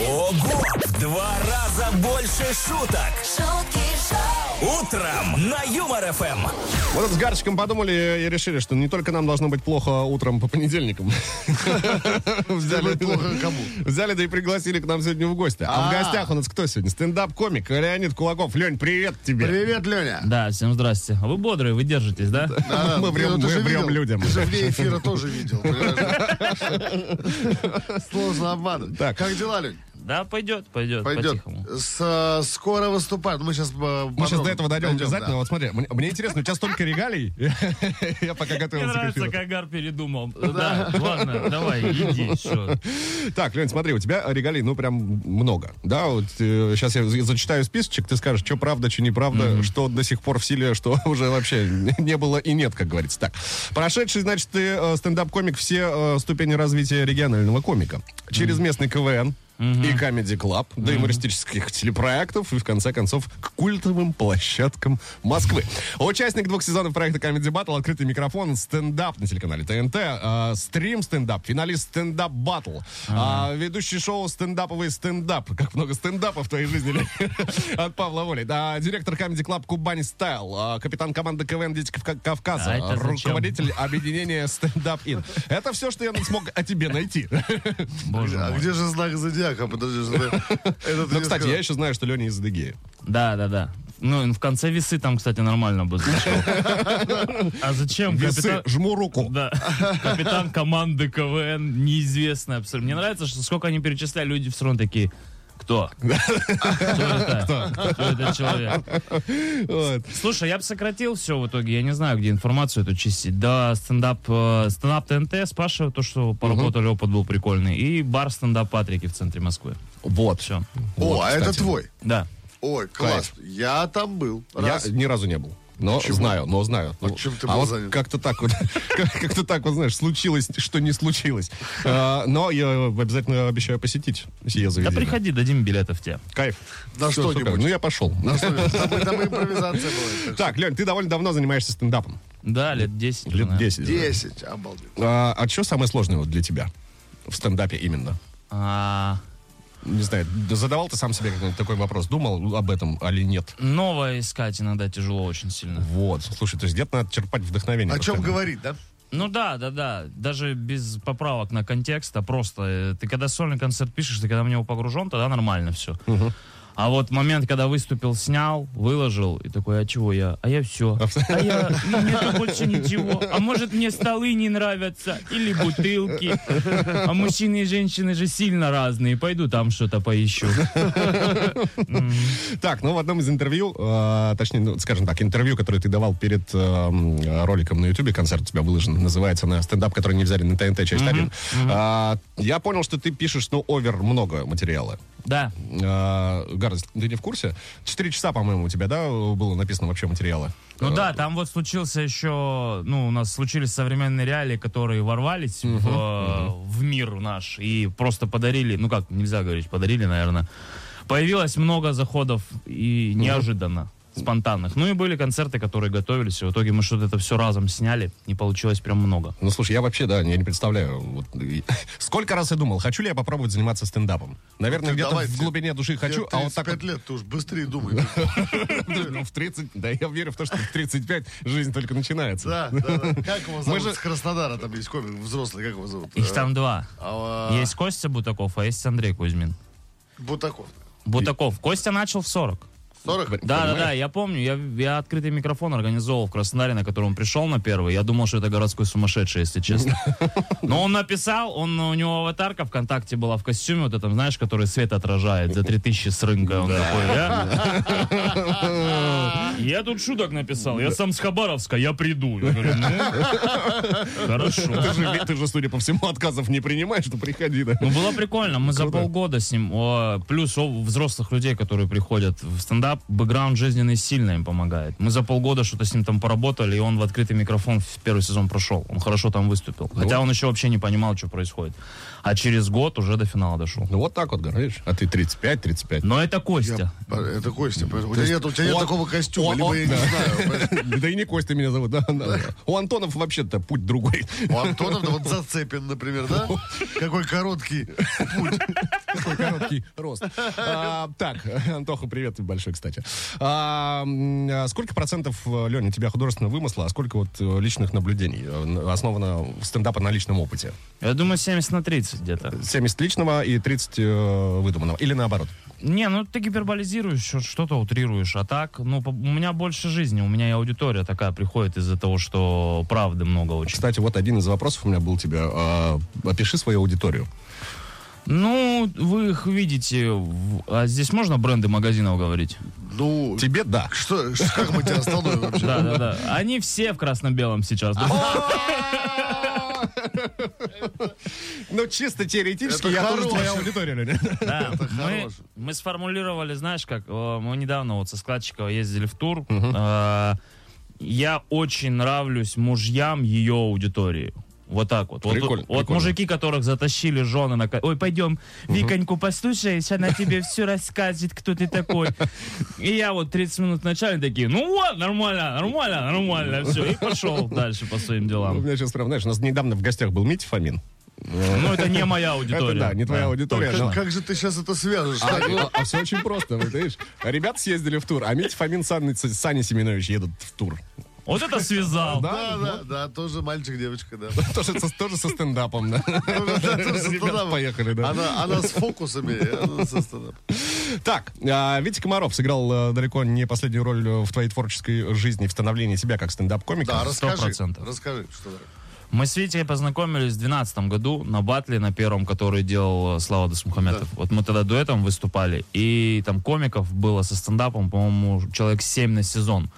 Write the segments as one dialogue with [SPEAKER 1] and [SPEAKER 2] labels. [SPEAKER 1] Ого! В два раза больше шуток!
[SPEAKER 2] шутки шоу,
[SPEAKER 1] Утром на Юмор ФМ!
[SPEAKER 3] Вот с Гарчиком подумали и решили, что не только нам должно быть плохо утром по понедельникам. Взяли,
[SPEAKER 4] Будет плохо кому?
[SPEAKER 3] взяли да и пригласили к нам сегодня в гости. А в
[SPEAKER 4] А.
[SPEAKER 3] гостях у нас кто сегодня? Стендап-комик Леонид Кулаков. Лень, привет тебе.
[SPEAKER 4] Привет, Леня.
[SPEAKER 5] Да, всем здрасте. А вы бодрые, вы держитесь, да?
[SPEAKER 3] Мы
[SPEAKER 4] ты
[SPEAKER 3] врем
[SPEAKER 4] вот уже видел?
[SPEAKER 3] людям.
[SPEAKER 4] Ты же вне эфира тоже видел. понимаешь? Сложно обманывать.
[SPEAKER 3] Так.
[SPEAKER 4] Как дела, Лень?
[SPEAKER 5] Да, пойдет, пойдет,
[SPEAKER 4] Пойдет.
[SPEAKER 5] по-тихому.
[SPEAKER 4] С, э, Скоро выступаем. Мы э, сейчас
[SPEAKER 3] Мы сейчас до этого дойдем обязательно. Вот смотри, мне, мне интересно, у тебя столько регалий. Я пока
[SPEAKER 5] Мне
[SPEAKER 3] готовился к
[SPEAKER 5] нравится,
[SPEAKER 3] эфиру.
[SPEAKER 5] как Гар передумал. Да, ладно, давай, иди, что.
[SPEAKER 3] Так, Лень, смотри, у тебя регалий, ну, прям много. Да, вот сейчас я за- зачитаю списочек, ты скажешь, что правда, что неправда, что до сих пор в силе, что уже вообще не было и нет, как говорится. Так, прошедший, значит, ты э, стендап-комик все э, ступени развития регионального комика. Через местный КВН. И Comedy Club, до юмористических телепроектов и, в конце концов, к культовым площадкам Москвы. Участник двух сезонов проекта Comedy Battle, открытый микрофон, стендап на телеканале ТНТ, э, стрим стендап, финалист стендап батл, а, ведущий шоу стендаповый стендап. Как много стендапов в твоей жизни Ле- от Павла Воли. Да, директор Comedy Club Кубани Стайл, а, капитан команды КВН Дети Кавка- Кавказа,
[SPEAKER 5] А это зачем?
[SPEAKER 3] руководитель объединения стендап Ин. Это все, что я смог о тебе найти.
[SPEAKER 5] Боже
[SPEAKER 4] А
[SPEAKER 5] мой.
[SPEAKER 4] где же знак зодиака? Подожди, что ты- это ты
[SPEAKER 3] Ну,
[SPEAKER 4] не
[SPEAKER 3] кстати,
[SPEAKER 4] сказал.
[SPEAKER 3] я еще знаю, что Леня из Адыгеи.
[SPEAKER 5] Да, да, да. Ну, в конце весы там, кстати, нормально бы зашел. А зачем?
[SPEAKER 3] Весы,
[SPEAKER 5] капитан-
[SPEAKER 3] жму руку.
[SPEAKER 5] Да. Капитан команды КВН неизвестная абсолютно. Мне нравится, что сколько они перечисляют, люди все равно такие. Кто? Кто это? Кто это человек?
[SPEAKER 3] Вот.
[SPEAKER 5] Слушай, я бы сократил все в итоге. Я не знаю, где информацию эту чистить. Да, стендап, э, стендап ТНТ, Спаша, то, что поработали, опыт был прикольный. И бар стендап Патрики в центре Москвы.
[SPEAKER 3] Вот.
[SPEAKER 5] Все.
[SPEAKER 4] О, а это
[SPEAKER 3] кстати.
[SPEAKER 4] твой.
[SPEAKER 5] Да.
[SPEAKER 4] Ой, класс. Я там был.
[SPEAKER 3] Я
[SPEAKER 4] Раз. Ну,
[SPEAKER 3] ни разу не был. Но знаю, но знаю. Ну,
[SPEAKER 4] чем ты
[SPEAKER 3] а
[SPEAKER 4] был
[SPEAKER 3] вот
[SPEAKER 4] занят?
[SPEAKER 3] как-то так вот, как- как-то так вот, знаешь, случилось, что не случилось. А, Но я обязательно обещаю посетить сие
[SPEAKER 5] Да
[SPEAKER 3] заведение.
[SPEAKER 5] приходи, дадим билетов тебе.
[SPEAKER 3] Кайф.
[SPEAKER 4] На
[SPEAKER 3] Всё,
[SPEAKER 4] что-нибудь.
[SPEAKER 3] как- Ну, я пошел.
[SPEAKER 4] На что ли? Там там импровизация была. Так что
[SPEAKER 3] Так, Лень, ты довольно давно занимаешься стендапом.
[SPEAKER 5] Да, лет 10.
[SPEAKER 3] Лет
[SPEAKER 5] наверное.
[SPEAKER 3] 10. уже.
[SPEAKER 4] 10, обалдеть.
[SPEAKER 3] А а что самое сложное вот для тебя в стендапе именно?
[SPEAKER 5] А,
[SPEAKER 3] Не знаю, да задавал ты сам себе какой-нибудь такой вопрос, думал об этом или нет?
[SPEAKER 5] новое искать иногда тяжело очень сильно.
[SPEAKER 3] Вот, слушай, то есть где-то надо черпать вдохновение.
[SPEAKER 4] О чем
[SPEAKER 3] постоянно.
[SPEAKER 4] говорить, да?
[SPEAKER 5] Ну да, да, да. Даже без поправок на контекст, а просто э, ты когда сольный концерт пишешь, ты когда в него погружен, тогда нормально все. А вот момент, когда выступил, снял, выложил, и такой, а чего я? А я все. А я, ну, нету больше ничего. А может, мне столы не нравятся, или бутылки. А мужчины и женщины же сильно разные. Пойду там что-то поищу.
[SPEAKER 3] Так, ну в одном из интервью, э, точнее, ну, скажем так, интервью, которое ты давал перед э, м, э, роликом на Ютубе, концерт у тебя выложен, называется на стендап, который не взяли на ТНТ, часть 1. А, я понял, что ты пишешь, ну, овер много материала.
[SPEAKER 5] Да.
[SPEAKER 3] А, Гард, ты не в курсе? Четыре часа, по-моему, у тебя, да, было написано вообще Э, материала?
[SPEAKER 5] Ну да, там вот случился еще, ну, у нас случились современные реалии, которые ворвались в, э, в мир наш и просто подарили, ну как, нельзя говорить, подарили, наверное. Появилось много заходов и неожиданно, спонтанных. Ну и были концерты, которые готовились, и в итоге мы что-то это все разом сняли, не получилось прям много.
[SPEAKER 3] Ну, слушай, я вообще, да, я не представляю. вот, и- сколько раз я думал, хочу ли я попробовать заниматься стендапом? Наверное,
[SPEAKER 4] Ты
[SPEAKER 3] где-то
[SPEAKER 4] давай,
[SPEAKER 3] в
[SPEAKER 4] ты-
[SPEAKER 3] глубине души хочу, а вот так вот
[SPEAKER 4] 35 лет, ты уж быстрее думай.
[SPEAKER 3] Ну, в 30, да, я верю в то, что в 35 жизнь только начинается.
[SPEAKER 4] Да, да, да. Как его зовут?
[SPEAKER 3] же-
[SPEAKER 4] С Краснодара там есть комик взрослый, как его зовут?
[SPEAKER 5] Их там два.
[SPEAKER 4] А,
[SPEAKER 5] Есть Костя Бутаков, а есть Андрей Кузьмин.
[SPEAKER 4] Э, Бутаков.
[SPEAKER 5] Бутаков. Костя начал в 40.
[SPEAKER 4] 40?
[SPEAKER 5] Да, да, да, я помню. Я, я открытый микрофон организовал в Краснодаре, на котором пришел на первый. Я думал, что это городской сумасшедший, если честно. Но он написал, он, у него аватарка ВКонтакте была в костюме, вот этом, знаешь, который свет отражает за 3000 с рынка. Он такой, «Я- Я тут шуток написал. Я сам с Хабаровска, я приду. Я говорю, «Ну, Хорошо.
[SPEAKER 3] Ты же, ты же, судя по всему, отказов не принимаешь, что приходи, да?
[SPEAKER 5] Ну, было прикольно. Мы за полгода с ним, о, плюс о, взрослых людей, которые приходят в стендап, всегда бэкграунд жизненный сильно им помогает. Мы за полгода что-то с ним там поработали, и он в открытый микрофон в первый сезон прошел. Он хорошо там выступил. Хотя он еще вообще не понимал, что происходит. А через год уже до финала дошел.
[SPEAKER 3] Ну вот так вот, говоришь. А ты 35-35.
[SPEAKER 5] Но это Костя.
[SPEAKER 4] Это Костя. поэтому У тебя нет, у тебя нет
[SPEAKER 3] он-
[SPEAKER 4] такого костюма,
[SPEAKER 3] он-
[SPEAKER 4] либо
[SPEAKER 3] он-
[SPEAKER 4] я не знаю.
[SPEAKER 3] Да и не Костя меня зовут. да, да. У Антонов вообще-то путь другой.
[SPEAKER 4] У Антонов да, вот зацепен, например, да? Какой короткий.
[SPEAKER 3] Такой короткий рост. А, Так, Антоха, привет большой, кстати. А, м, а Сколько процентов, Леня, тебя художественного вымысла, а сколько вот э, личных наблюдений, э, н- основано стендапа на личном опыте?
[SPEAKER 5] Я думаю, 70 на 30 где-то.
[SPEAKER 3] 70 личного и 30 э, выдуманного. Или наоборот.
[SPEAKER 5] Не, ну ты гиперболизируешь, чё- что-то утрируешь, а так, ну, по- у меня больше жизни, у меня и аудитория такая приходит из-за того, что правды много очень.
[SPEAKER 3] Кстати, вот один из вопросов у меня был тебе. А, Опиши свою аудиторию.
[SPEAKER 5] Ну, вы их видите, в- а здесь можно бренды магазинов говорить?
[SPEAKER 4] Ну,
[SPEAKER 3] Тебе да.
[SPEAKER 4] что, ш- как мы тебя остановим вообще?
[SPEAKER 5] Да, да, А да. Они все в красно-белом сейчас.
[SPEAKER 3] Ну, чисто теоретически,
[SPEAKER 4] Это
[SPEAKER 3] я тоже
[SPEAKER 4] хороший.
[SPEAKER 3] твоя аудитория, Леня.
[SPEAKER 5] Да, мы,
[SPEAKER 4] хорош.
[SPEAKER 5] мы сформулировали, знаешь, как э, мы недавно вот со Складчикова ездили в тур. Э, Я очень нравлюсь мужьям ее аудитории. Вот так вот. Вот-
[SPEAKER 3] Прикольно,
[SPEAKER 5] вот
[SPEAKER 3] прикольно.
[SPEAKER 5] мужики, которых затащили жены на... ко- Ой, пойдем, Виконьку послушаешь, она тебе все расскажет, кто ты такой. И я вот 30 минут вначале такие, ну вот, нормально, нормально, нормально, все. И пошел дальше по своим
[SPEAKER 3] У
[SPEAKER 5] делам.
[SPEAKER 3] меня сейчас прям, знаешь, у нас недавно в гостях был Митя Фомин.
[SPEAKER 5] Ну, это не моя аудитория.
[SPEAKER 3] да, не твоя аудитория,
[SPEAKER 5] точно.
[SPEAKER 3] да.
[SPEAKER 4] Как же ты сейчас это свяжешь?
[SPEAKER 3] А,
[SPEAKER 4] Таня?
[SPEAKER 3] а- а все очень просто, вот видишь. Ребят съездили в тур, а Митя Фомин с Анной, с Саней Семенович едут в тур.
[SPEAKER 5] Вот это связал.
[SPEAKER 3] а,
[SPEAKER 4] Да,
[SPEAKER 3] ну.
[SPEAKER 4] да, да, тоже мальчик, девочка, да. Ну,
[SPEAKER 3] Тоже, со- тоже со стендапом, да. Ребята, поехали, да.
[SPEAKER 4] Она, она с фокусами. она со стендап.
[SPEAKER 3] Так, а, Витя Комаров сыграл а, далеко не последнюю роль э, в твоей творческой жизни, в становлении себя как стендап-комика.
[SPEAKER 4] Да,
[SPEAKER 5] Сто
[SPEAKER 4] расскажи.
[SPEAKER 5] процентов.
[SPEAKER 4] Расскажи, что такое.
[SPEAKER 5] Мы с Витей познакомились в 2012 году на батле, на первом, который делал э, Слава Досмухаметов. Вот мы тогда дуэтом выступали, и там комиков было со стендапом, по-моему, человек 7 на сезон.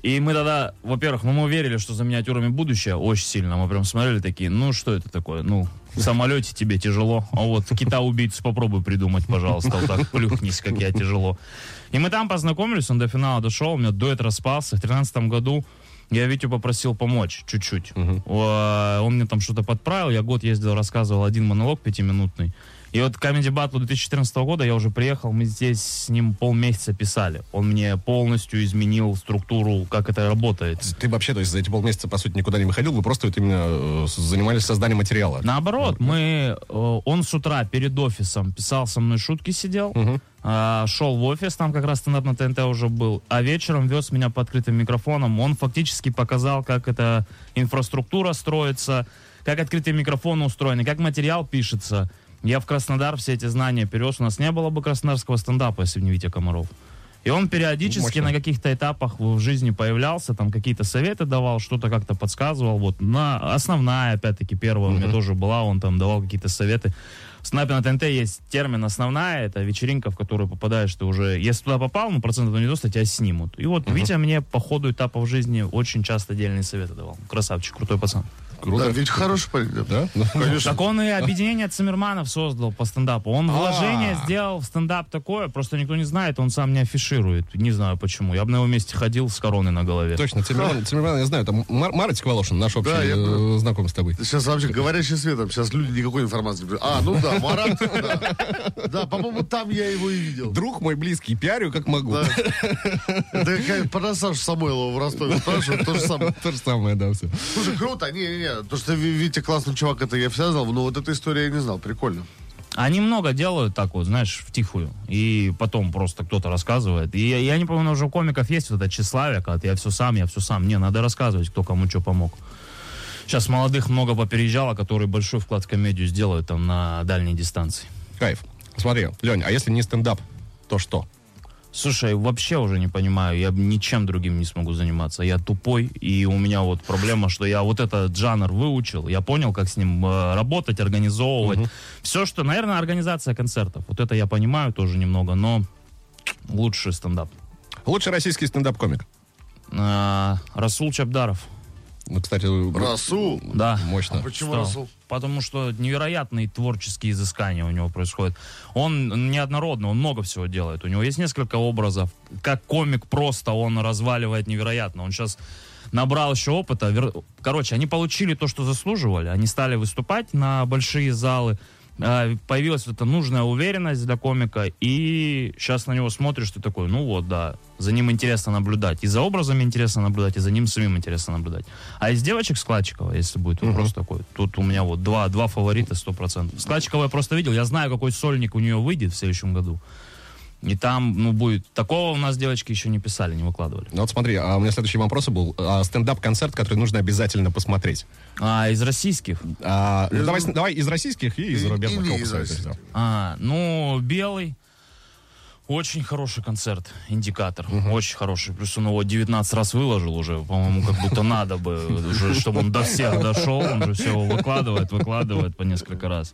[SPEAKER 5] И мы тогда, во-первых, ну, мы уверили, что за миниатюрами будущее очень сильно. Мы прям смотрели такие, ну что это такое? Ну, в самолете тебе тяжело, а вот кита-убийцу попробуй придумать, пожалуйста, вот так плюхнись, как я тяжело. И мы там познакомились, он до финала дошел, у меня дуэт распался. В 2013 году я Витю попросил помочь чуть-чуть. Э, Он мне там что-то подправил. Я год ездил, рассказывал один монолог пятиминутный. И вот Comedy Battle 2014 года я уже приехал, мы здесь с ним полмесяца писали. Он мне полностью изменил структуру, как это работает.
[SPEAKER 3] Ты вообще, то есть, за эти полмесяца, по сути, никуда не выходил, вы просто вот именно э, с- занимались созданием материала.
[SPEAKER 5] Наоборот, мы, э, он с утра перед офисом писал со мной шутки, сидел, а, шел в офис, там как раз стендап на ТНТ уже был, а вечером вез меня по открытым микрофонам. Он фактически показал, как эта инфраструктура строится, как открытые микрофоны устроены, как материал пишется. Я в Краснодар все эти знания перевез. У нас не было бы краснодарского стендапа, если бы не Витя Комаров. И он периодически
[SPEAKER 3] Мощно.
[SPEAKER 5] на каких-то этапах в в жизни появлялся, там какие-то советы давал, что-то как-то подсказывал. Вот на основная, опять-таки, первая у меня тоже была, он там давал какие-то советы. В снапе на ТНТ есть термин «основная», это вечеринка, в которую попадаешь ты уже... Если туда попал, ну, процентов на 90 тебя снимут. И вот Витя мне по ходу этапов жизни очень часто дельные советы давал. Красавчик, крутой пацан.
[SPEAKER 4] Да,
[SPEAKER 3] Круто.
[SPEAKER 4] ведь хороший парень, да.
[SPEAKER 3] Да? Ну,
[SPEAKER 4] Конечно.
[SPEAKER 5] Так он и объединение Циммерманов создал по стендапу. Он вложение
[SPEAKER 3] А.
[SPEAKER 5] сделал в стендап такое, просто никто не знает, он сам не афиширует. Не знаю почему. Я бы на его месте ходил с короной на голове.
[SPEAKER 3] Точно, Тимирман, Тимирман, я знаю, там Мар- Марочка Волошин, наш общий
[SPEAKER 4] Да, я
[SPEAKER 3] э,
[SPEAKER 4] понял.
[SPEAKER 3] знакомый с тобой.
[SPEAKER 4] Сейчас вообще говорящий светом, сейчас люди никакой информации не при- А, ну да, Марат, да. Да, по-моему, там я его и видел.
[SPEAKER 3] Друг мой близкий, пиарю как могу.
[SPEAKER 4] Да. Да как про Сашу Самойлова в Ростове спрашивают, то же самое.
[SPEAKER 3] То же самое, да, все.
[SPEAKER 4] Слушай, круто, не-не-не, то, что Ви- Витя классный чувак, это я все знал, но вот эту историю я не знал, прикольно.
[SPEAKER 5] Они много делают так вот, знаешь, втихую. И потом просто кто-то рассказывает. И я, я не помню, уже у комиков есть вот это тщеславие, когда ты, я все сам, я все сам. Не, надо рассказывать, кто кому что помог. Сейчас молодых много попереезжало, которые большой вклад в комедию сделают там на дальней дистанции.
[SPEAKER 3] Кайф. Смотри, Лень, а если не стендап, то что?
[SPEAKER 5] Слушай, вообще уже не понимаю, я ничем другим не смогу заниматься. Я тупой, и у меня вот проблема, что я вот этот жанр выучил, я понял, как с ним э, работать, организовывать. Все, что, наверное, организация концертов. Вот это я понимаю тоже немного, но лучший стендап.
[SPEAKER 3] Лучший российский стендап-комик.
[SPEAKER 5] А, Расул Чабдаров.
[SPEAKER 3] Ну, кстати,
[SPEAKER 4] Расул.
[SPEAKER 5] Да.
[SPEAKER 3] мощно.
[SPEAKER 4] Почему
[SPEAKER 5] Стал.
[SPEAKER 4] Расул?
[SPEAKER 5] Потому что невероятные творческие изыскания у него происходят. Он неоднородный, он много всего делает. У него есть несколько образов. Как комик просто он разваливает невероятно. Он сейчас набрал еще опыта. Вер- Короче, они получили то, что заслуживали. Они стали выступать на большие залы. А, Появилась вот эта нужная уверенность для комика. И сейчас на него смотришь, ты такой, ну вот, да, за ним интересно наблюдать. И за образами интересно наблюдать, и за ним самим интересно наблюдать. А из девочек Складчикова, если будет вопрос такой, тут у меня вот два, два фаворита 100%. Складчикова я просто видел, я знаю, какой сольник у нее выйдет в следующем году. И там, ну, будет... Такого у нас девочки еще не писали, не выкладывали.
[SPEAKER 3] Ну вот смотри, а у меня следующий вопрос был. А, стендап-концерт, который нужно обязательно посмотреть.
[SPEAKER 5] А из российских?
[SPEAKER 3] А, ну, давай, с- давай из российских и из
[SPEAKER 4] И-
[SPEAKER 3] зарубежных.
[SPEAKER 4] и не
[SPEAKER 3] кого
[SPEAKER 4] из
[SPEAKER 3] посоветуешь, да.
[SPEAKER 5] А, ну, белый. Очень хороший концерт, индикатор. Очень хороший. Плюс он его 19 раз выложил уже. По-моему, как будто надо бы, уже, чтобы он до всех дошел. Он же все его выкладывает, выкладывает по несколько раз.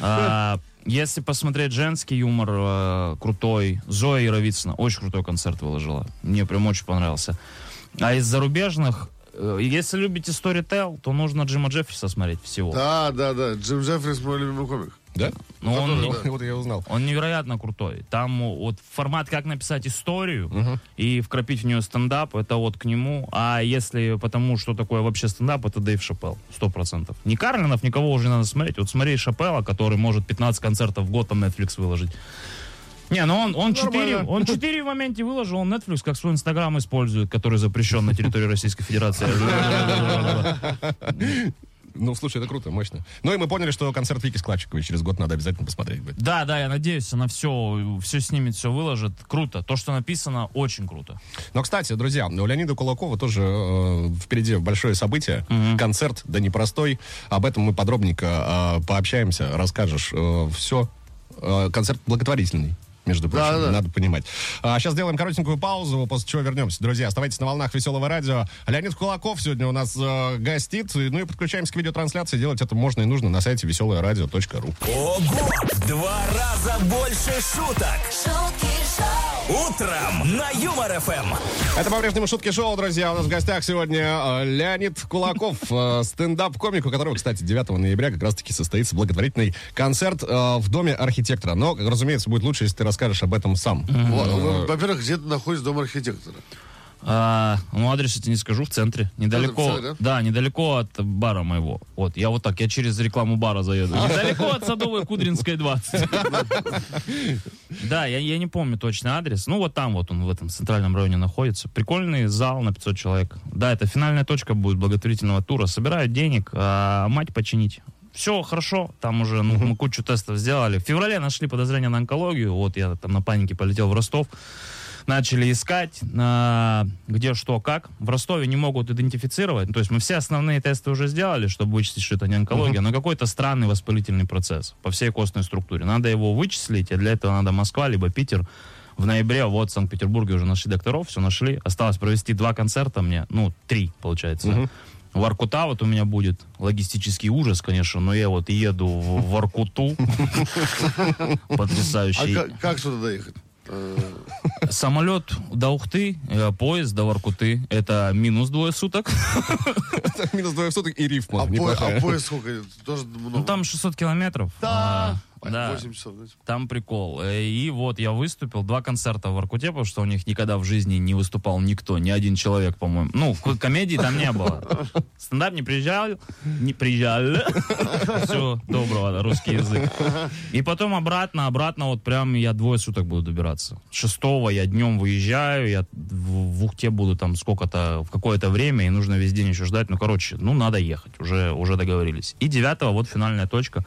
[SPEAKER 5] А, если посмотреть женский юмор, э, крутой. Зоя Яровицына очень крутой концерт выложила. Мне прям очень понравился. А из зарубежных, э, если любите Storytel, то нужно Джима Джеффриса смотреть всего.
[SPEAKER 4] Да, да, да. Джим Джеффрис мой любимый комик.
[SPEAKER 3] Ну Да?
[SPEAKER 5] Но он,
[SPEAKER 4] Который, да.
[SPEAKER 3] Вот я узнал.
[SPEAKER 5] он невероятно крутой. Там о, вот формат, как написать историю и вкрапить в нее стендап, это вот к нему. А если потому, что такое вообще стендап, это Дэйв Шапелл, сто процентов. Не Карлинов, никого уже не надо смотреть. Вот смотри Шапелла, который может 15 концертов в год там Netflix выложить. Не, ну он, он, 4, он 4 в моменте выложил, он Netflix как свой инстаграм использует, который запрещен на территории Российской Федерации.
[SPEAKER 3] Ну, слушай, это круто, мощно. Ну и мы поняли, что концерт Вики Складчиковой через год надо обязательно посмотреть будет.
[SPEAKER 5] Да, да, я надеюсь, она все, все снимет, все выложит. Круто. То, что написано, очень круто.
[SPEAKER 3] Но, кстати, друзья, у Леонида Кулакова тоже э, впереди большое событие. Концерт, да непростой. Об этом мы подробненько э, пообщаемся, расскажешь все. концерт благотворительный. Между прочим,
[SPEAKER 4] Да-да-да.
[SPEAKER 3] надо понимать. А сейчас сделаем коротенькую паузу, после чего вернемся. Друзья, оставайтесь на волнах веселого радио. Леонид Кулаков сегодня у нас э, гостит. И- Ну и подключаемся к видеотрансляции. Делать это можно и нужно на сайте веселое радио.ру.
[SPEAKER 1] Ого! В Два раза больше шуток!
[SPEAKER 2] шутки шоу,
[SPEAKER 1] Утром на Юмор ФМ!
[SPEAKER 3] Это по-прежнему шутки шоу, друзья. У нас в гостях сегодня э, Леонид Кулаков, э, стендап-комик, у которого, кстати, 9 ноября как раз-таки состоится благотворительный концерт э, в доме архитектора. Но, разумеется, будет лучше, если ты расскажешь об этом сам.
[SPEAKER 4] Во- во- Во-первых, где ты находишься дом архитектора?
[SPEAKER 5] А, ну, адрес я тебе не скажу, в центре. Недалеко.
[SPEAKER 4] В центре,
[SPEAKER 5] да? недалеко от бара моего. Вот, я вот так, я через рекламу бара заеду. Недалеко от Садовой Кудринской 20. Да, я, я не помню точно адрес. Ну, вот там вот он в этом центральном районе находится. Прикольный зал на 500 человек. Да, это финальная точка будет благотворительного тура. Собирают денег, а мать починить. Все хорошо, там уже ну, мы кучу тестов сделали. В феврале нашли подозрение на онкологию. Вот я там на панике полетел в Ростов начали искать, а, где что, как. В Ростове не могут идентифицировать. Ну, То есть мы все основные тесты уже сделали, чтобы вычислить, что это не онкология, но какой-то странный воспалительный процесс по всей костной структуре. Надо его вычислить, а для этого надо Москва, либо Питер. В ноябре вот в Санкт-Петербурге уже нашли докторов, все нашли. Осталось провести два концерта мне, ну, три, получается. В Воркута вот у меня будет логистический ужас, конечно, но я вот еду в Воркуту.
[SPEAKER 4] А
[SPEAKER 5] Потрясающий.
[SPEAKER 4] как, как сюда доехать? Э,
[SPEAKER 5] Самолет до Ухты, э, поезд до Воркуты. Это минус двое суток.
[SPEAKER 3] Минус двое в суток и рифма
[SPEAKER 4] А, по,
[SPEAKER 3] неплохая.
[SPEAKER 4] а поезд сколько? идет? Тоже много.
[SPEAKER 5] Ну, там 600 километров.
[SPEAKER 4] Да.
[SPEAKER 5] А, да,
[SPEAKER 4] 8 часов, знаете.
[SPEAKER 5] там прикол. Э, И вот я выступил два концерта в Воркуте, потому что у них никогда в жизни не выступал никто, ни один человек, по-моему. Ну, к- комедии там не было. Стендап не приезжал, не приезжал. Все, доброго, русский язык. И потом обратно, обратно вот прям я двое суток буду добираться. Шестого я днем выезжаю, я в, в Ухте буду там сколько-то, в какое-то время, и нужно весь день еще ждать. Ну, короче, ну, надо ехать, уже, уже договорились. И девятого вот финальная точка.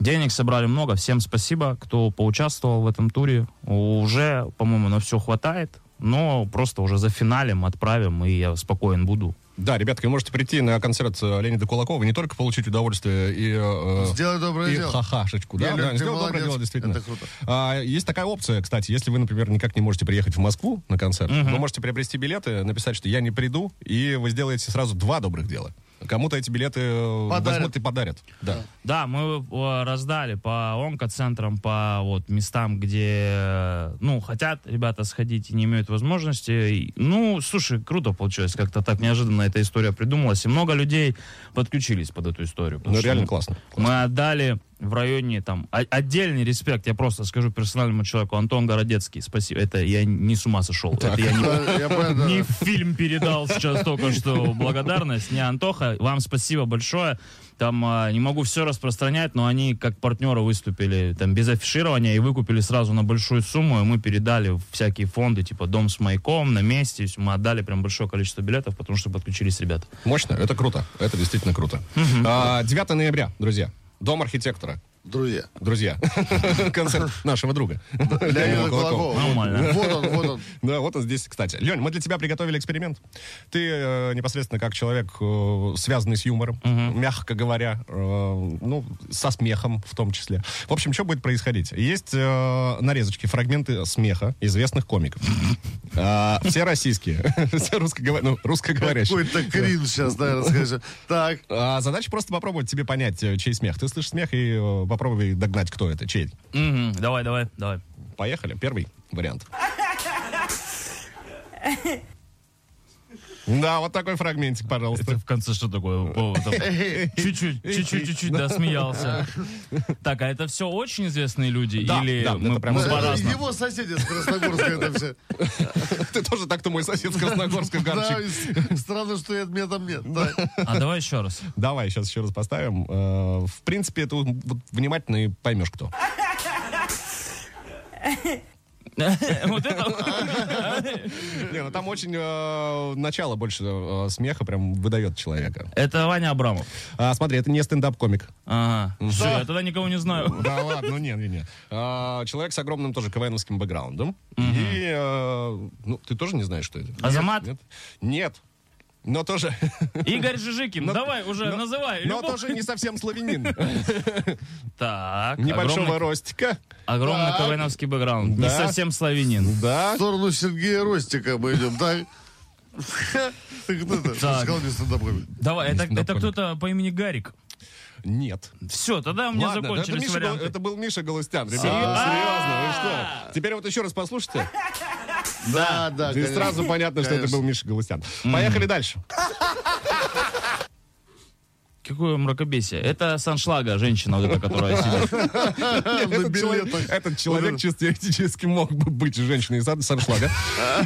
[SPEAKER 5] Денег собрали много, всем спасибо, кто поучаствовал в этом туре. Уже, по-моему, на все хватает, но просто уже за финалем отправим, и я спокоен буду.
[SPEAKER 3] Да, ребятки, вы можете прийти на концерт э, Леонида Кулакова, не только получить удовольствие и... э,
[SPEAKER 4] Сделай доброе
[SPEAKER 3] и
[SPEAKER 4] дело.
[SPEAKER 3] хахашечку,
[SPEAKER 4] Я
[SPEAKER 3] да,
[SPEAKER 4] люблю,
[SPEAKER 3] да, сделал
[SPEAKER 4] молодец.
[SPEAKER 3] доброе дело, действительно.
[SPEAKER 4] Это круто.
[SPEAKER 3] А, есть такая опция, кстати, если вы, например, никак не можете приехать в Москву на концерт, вы можете приобрести билеты, написать, что я не приду, и вы сделаете сразу два добрых дела. Кому-то эти билеты э,
[SPEAKER 4] Подарят.
[SPEAKER 3] возьмут и подарят. Да.
[SPEAKER 5] Да, мы э, раздали по онкоцентрам, по вот местам, где э, ну хотят ребята сходить и не имеют возможности. И, Ну, слушай, круто получилось, как-то так неожиданно эта история придумалась, и много людей подключились под эту историю. потому
[SPEAKER 3] Ну,
[SPEAKER 5] что,
[SPEAKER 3] реально
[SPEAKER 5] ну,
[SPEAKER 3] классно.
[SPEAKER 5] Мы отдали в районе там о- отдельный респект. Я просто скажу персональному человеку Антон Городецкий, спасибо. Это я не с ума сошел. Это я не
[SPEAKER 4] Да, я понял,
[SPEAKER 5] не
[SPEAKER 4] да.
[SPEAKER 5] в фильм передал сейчас только что благодарность. Не, Антоха, вам спасибо большое. Там а, не могу все распространять, но они как партнеры выступили там без афиширования и выкупили сразу на большую сумму. И мы передали в всякие фонды, типа «Дом с маяком», «На месте». То есть Мы отдали прям большое количество билетов, потому что подключились ребята.
[SPEAKER 3] Мощно, это круто. Это действительно круто. А, 9 ноября, друзья. Дом архитектора.
[SPEAKER 4] Друзья.
[SPEAKER 3] Друзья. Концерт нашего друга.
[SPEAKER 4] Леонида
[SPEAKER 3] Леонида Кулакова.
[SPEAKER 4] Кулакова.
[SPEAKER 5] Нормально.
[SPEAKER 4] Вот он, вот он.
[SPEAKER 3] Да, вот он здесь, кстати. Лень, мы для тебя приготовили эксперимент. Ты э, непосредственно как человек, э, связанный с юмором, мягко говоря, э, ну, со смехом в том числе. В общем, что будет происходить? Есть э, нарезочки, фрагменты смеха известных комиков. А, Все российские, все русскогово- ну, русскоговорящие.
[SPEAKER 4] Какой-то крин сейчас, наверное, скажешь. Так,
[SPEAKER 3] А задача просто попробовать тебе понять, э, чей смех. Ты слышишь смех и э, попробуй догнать, кто это, чей.
[SPEAKER 5] Мгм. Давай, давай, давай.
[SPEAKER 3] Поехали. Первый вариант. Да, вот такой фрагментик, пожалуйста.
[SPEAKER 5] Это в конце что такое? О, там Чуть-чуть, чуть-чуть, чуть-чуть досмеялся. Так, а это все очень известные люди?
[SPEAKER 3] Да,
[SPEAKER 5] Или
[SPEAKER 3] да,
[SPEAKER 5] мы
[SPEAKER 3] это прям
[SPEAKER 5] мы
[SPEAKER 3] Ну,
[SPEAKER 4] это
[SPEAKER 5] по-разному?
[SPEAKER 4] его соседи с Красногорска это все.
[SPEAKER 3] Ты тоже так-то мой сосед с Красногорска,
[SPEAKER 4] Да,
[SPEAKER 3] Гарчик.
[SPEAKER 4] и с- странно, что я- меня там нет. Да.
[SPEAKER 5] А давай еще раз.
[SPEAKER 3] Давай, сейчас еще раз поставим. Э, В принципе, это вот внимательно и поймешь, кто.
[SPEAKER 5] Вот это...
[SPEAKER 3] Не, ну там очень э, начало больше э, смеха прям выдает человека.
[SPEAKER 5] Это Ваня Абрамов.
[SPEAKER 3] А, Смотри, это не стендап-комик.
[SPEAKER 5] Ага. Всё, я тогда никого не знаю.
[SPEAKER 3] Да ладно, ну не, не, не. А, Человек с огромным тоже КВНовским бэкграундом. И, э, ну, ты тоже не знаешь, что это?
[SPEAKER 5] Азамат?
[SPEAKER 3] Нет. Нет. Но тоже...
[SPEAKER 5] Игорь Жижикин,
[SPEAKER 3] но-
[SPEAKER 5] давай уже
[SPEAKER 3] но-
[SPEAKER 5] называй.
[SPEAKER 3] Но
[SPEAKER 5] любого.
[SPEAKER 3] ну, а тоже не совсем славянин.
[SPEAKER 5] Так,
[SPEAKER 3] Небольшого
[SPEAKER 5] огромный,
[SPEAKER 3] ростика.
[SPEAKER 5] огромный КВНовский бэкграунд. Не
[SPEAKER 3] Да.
[SPEAKER 5] совсем славянин.
[SPEAKER 4] В
[SPEAKER 3] Да.
[SPEAKER 4] сторону Сергея Ростика мы идем, так? Ты кто это? Что
[SPEAKER 5] Так.
[SPEAKER 4] Сказал мне стендап-комик.
[SPEAKER 5] Давай, это,
[SPEAKER 3] стендап
[SPEAKER 5] это кто-то по имени Гарик.
[SPEAKER 3] Нет.
[SPEAKER 5] Все, тогда у меня
[SPEAKER 3] Ладно, да, это,
[SPEAKER 5] закончились
[SPEAKER 3] Миша, Гол-
[SPEAKER 5] варианты.
[SPEAKER 3] это был Миша Галустян. Ребята,
[SPEAKER 5] Серьезно?
[SPEAKER 3] серьезно, вы что? Теперь вот еще раз послушайте.
[SPEAKER 4] Да, да,
[SPEAKER 3] И
[SPEAKER 4] конечно.
[SPEAKER 3] сразу понятно, что это
[SPEAKER 4] Конечно.
[SPEAKER 3] был Миша Галустян. Поехали дальше.
[SPEAKER 5] Какое мракобесие. Это Саншлага, женщина вот эта, которая сидит. А,
[SPEAKER 4] На
[SPEAKER 3] Этот человек,
[SPEAKER 4] билетах.
[SPEAKER 3] этот человек чисто теоретически мог бы быть женщиной из Сан- Саншлага.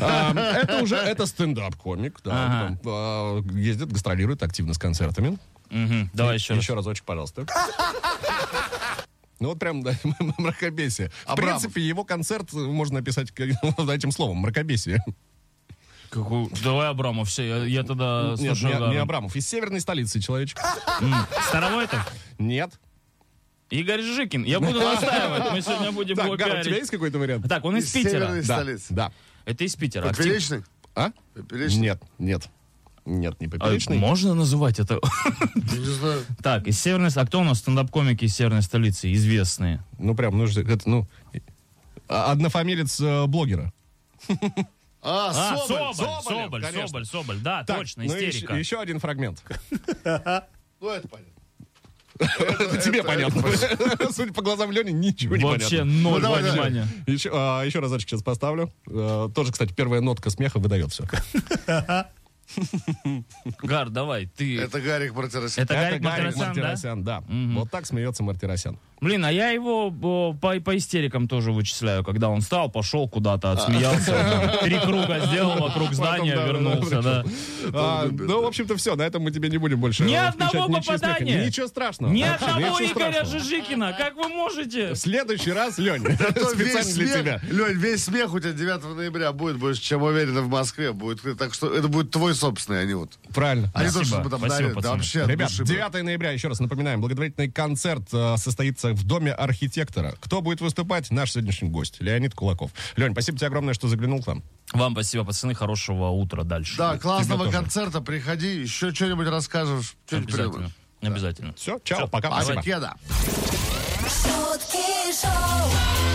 [SPEAKER 3] Ам, Это уже это стендап-комик. да,
[SPEAKER 5] Ага.
[SPEAKER 3] там, а, Ездит, гастролирует активно с концертами.
[SPEAKER 5] Мгм, Давай еще раз.
[SPEAKER 3] Еще разочек, пожалуйста. Ну вот прям, да, мракобесие. В
[SPEAKER 4] Абрамов.
[SPEAKER 3] принципе, его концерт можно описать как- вот этим словом, мракобесие.
[SPEAKER 5] Какую- Давай Абрамов, все, я, я тогда
[SPEAKER 3] Нет,
[SPEAKER 5] слушаю.
[SPEAKER 3] не, не
[SPEAKER 5] Гарик.
[SPEAKER 3] Абрамов, из северной столицы человечек.
[SPEAKER 5] Старовойтов?
[SPEAKER 3] Нет.
[SPEAKER 5] Игорь Жижикин. Я буду настаивать, мы сегодня будем его
[SPEAKER 3] Так, Гар, у тебя
[SPEAKER 5] пиарить.
[SPEAKER 3] есть какой-то вариант?
[SPEAKER 5] Так, он из
[SPEAKER 4] Из
[SPEAKER 5] Питера.
[SPEAKER 4] Северной-
[SPEAKER 3] Да,
[SPEAKER 4] столица.
[SPEAKER 3] Да.
[SPEAKER 5] Это из Питера. актив-
[SPEAKER 4] Поперечный?
[SPEAKER 3] А?
[SPEAKER 4] Поперечный?
[SPEAKER 3] Нет, нет. Нет, не
[SPEAKER 5] А,
[SPEAKER 3] поперечный.
[SPEAKER 5] Можно называть это?
[SPEAKER 4] Я Не знаю.
[SPEAKER 5] Так, из северной... А кто у нас стендап-комики из северной столицы? Известные.
[SPEAKER 3] Ну прям, ну, ж- это, ну, э, а- однофамилец э, блогера.
[SPEAKER 4] А, Соболь.
[SPEAKER 5] Соболь,
[SPEAKER 3] Соболев,
[SPEAKER 5] Соболь,
[SPEAKER 3] конечно.
[SPEAKER 5] Соболь, Соболь, да,
[SPEAKER 3] Так,
[SPEAKER 5] точно,
[SPEAKER 3] ну и
[SPEAKER 5] истерика.
[SPEAKER 3] еще, еще один фрагмент.
[SPEAKER 4] Ну, это понятно.
[SPEAKER 3] Это тебе понятно. Судя по глазам Лени, ничего не
[SPEAKER 5] Вообще
[SPEAKER 3] понятно.
[SPEAKER 5] ноль
[SPEAKER 4] Ну, давай, давай.
[SPEAKER 5] внимания.
[SPEAKER 3] Еще, а, еще разочек сейчас поставлю. Э, тоже, кстати, первая нотка смеха выдает все.
[SPEAKER 5] Гар, давай, ты... Это,
[SPEAKER 4] Это Гарик Мартиросян.
[SPEAKER 5] Гарик Мартиросян, да?
[SPEAKER 3] да? Вот так смеется Мартиросян.
[SPEAKER 5] Блин, а я его о, по, по истерикам тоже вычисляю, когда он встал, пошел куда-то, отсмеялся, вот там, три круга сделал вокруг здания,
[SPEAKER 3] да, да,
[SPEAKER 5] вернулся, да.
[SPEAKER 3] А,
[SPEAKER 4] он любит,
[SPEAKER 3] ну,
[SPEAKER 4] да.
[SPEAKER 3] в общем-то, все. На этом мы тебе не будем больбольше
[SPEAKER 5] Ни
[SPEAKER 3] включать
[SPEAKER 5] одного
[SPEAKER 3] ничего смеха.
[SPEAKER 5] попадания.
[SPEAKER 3] Ничего страшного.
[SPEAKER 5] Ни
[SPEAKER 3] Вообще
[SPEAKER 5] одного
[SPEAKER 3] ничего
[SPEAKER 5] Игоря
[SPEAKER 3] страшного.
[SPEAKER 5] Жижикина, как вы можете?
[SPEAKER 3] В следующий раз, Лень,
[SPEAKER 4] Зато
[SPEAKER 3] специально
[SPEAKER 4] А весь
[SPEAKER 3] для
[SPEAKER 4] смех-
[SPEAKER 3] тебя.
[SPEAKER 4] Лёнь, весь смех у тебя 9 ноября будет больше, чем уверенно в Москве будет. Так что это будет твой собственный, а не вот.
[SPEAKER 3] Правильно.
[SPEAKER 4] А не то, что
[SPEAKER 5] Спасибо,
[SPEAKER 4] мы там
[SPEAKER 5] спасибо,
[SPEAKER 4] дали. Да
[SPEAKER 5] пацаны.
[SPEAKER 4] вообще от
[SPEAKER 3] Ребят,
[SPEAKER 4] души, брат.
[SPEAKER 3] 9 ноября, еще раз напоминаем, благотворительный концерт э, состоится в Доме архитектора. Кто будет выступать? Наш сегодняшний гость, Леонид Кулаков. Лень, спасибо тебе огромное, что заглянул к нам.
[SPEAKER 5] Вам спасибо, пацаны, хорошего утра дальше.
[SPEAKER 4] Да, классного
[SPEAKER 3] тоже.
[SPEAKER 4] концерта, приходи, еще что-нибудь расскажешь, что-нибудь
[SPEAKER 5] Обязательно,
[SPEAKER 4] придумаешь. А,
[SPEAKER 5] обязательно.
[SPEAKER 3] Все, чао, пока, спасибо.
[SPEAKER 4] Покеда.
[SPEAKER 2] шутки шоу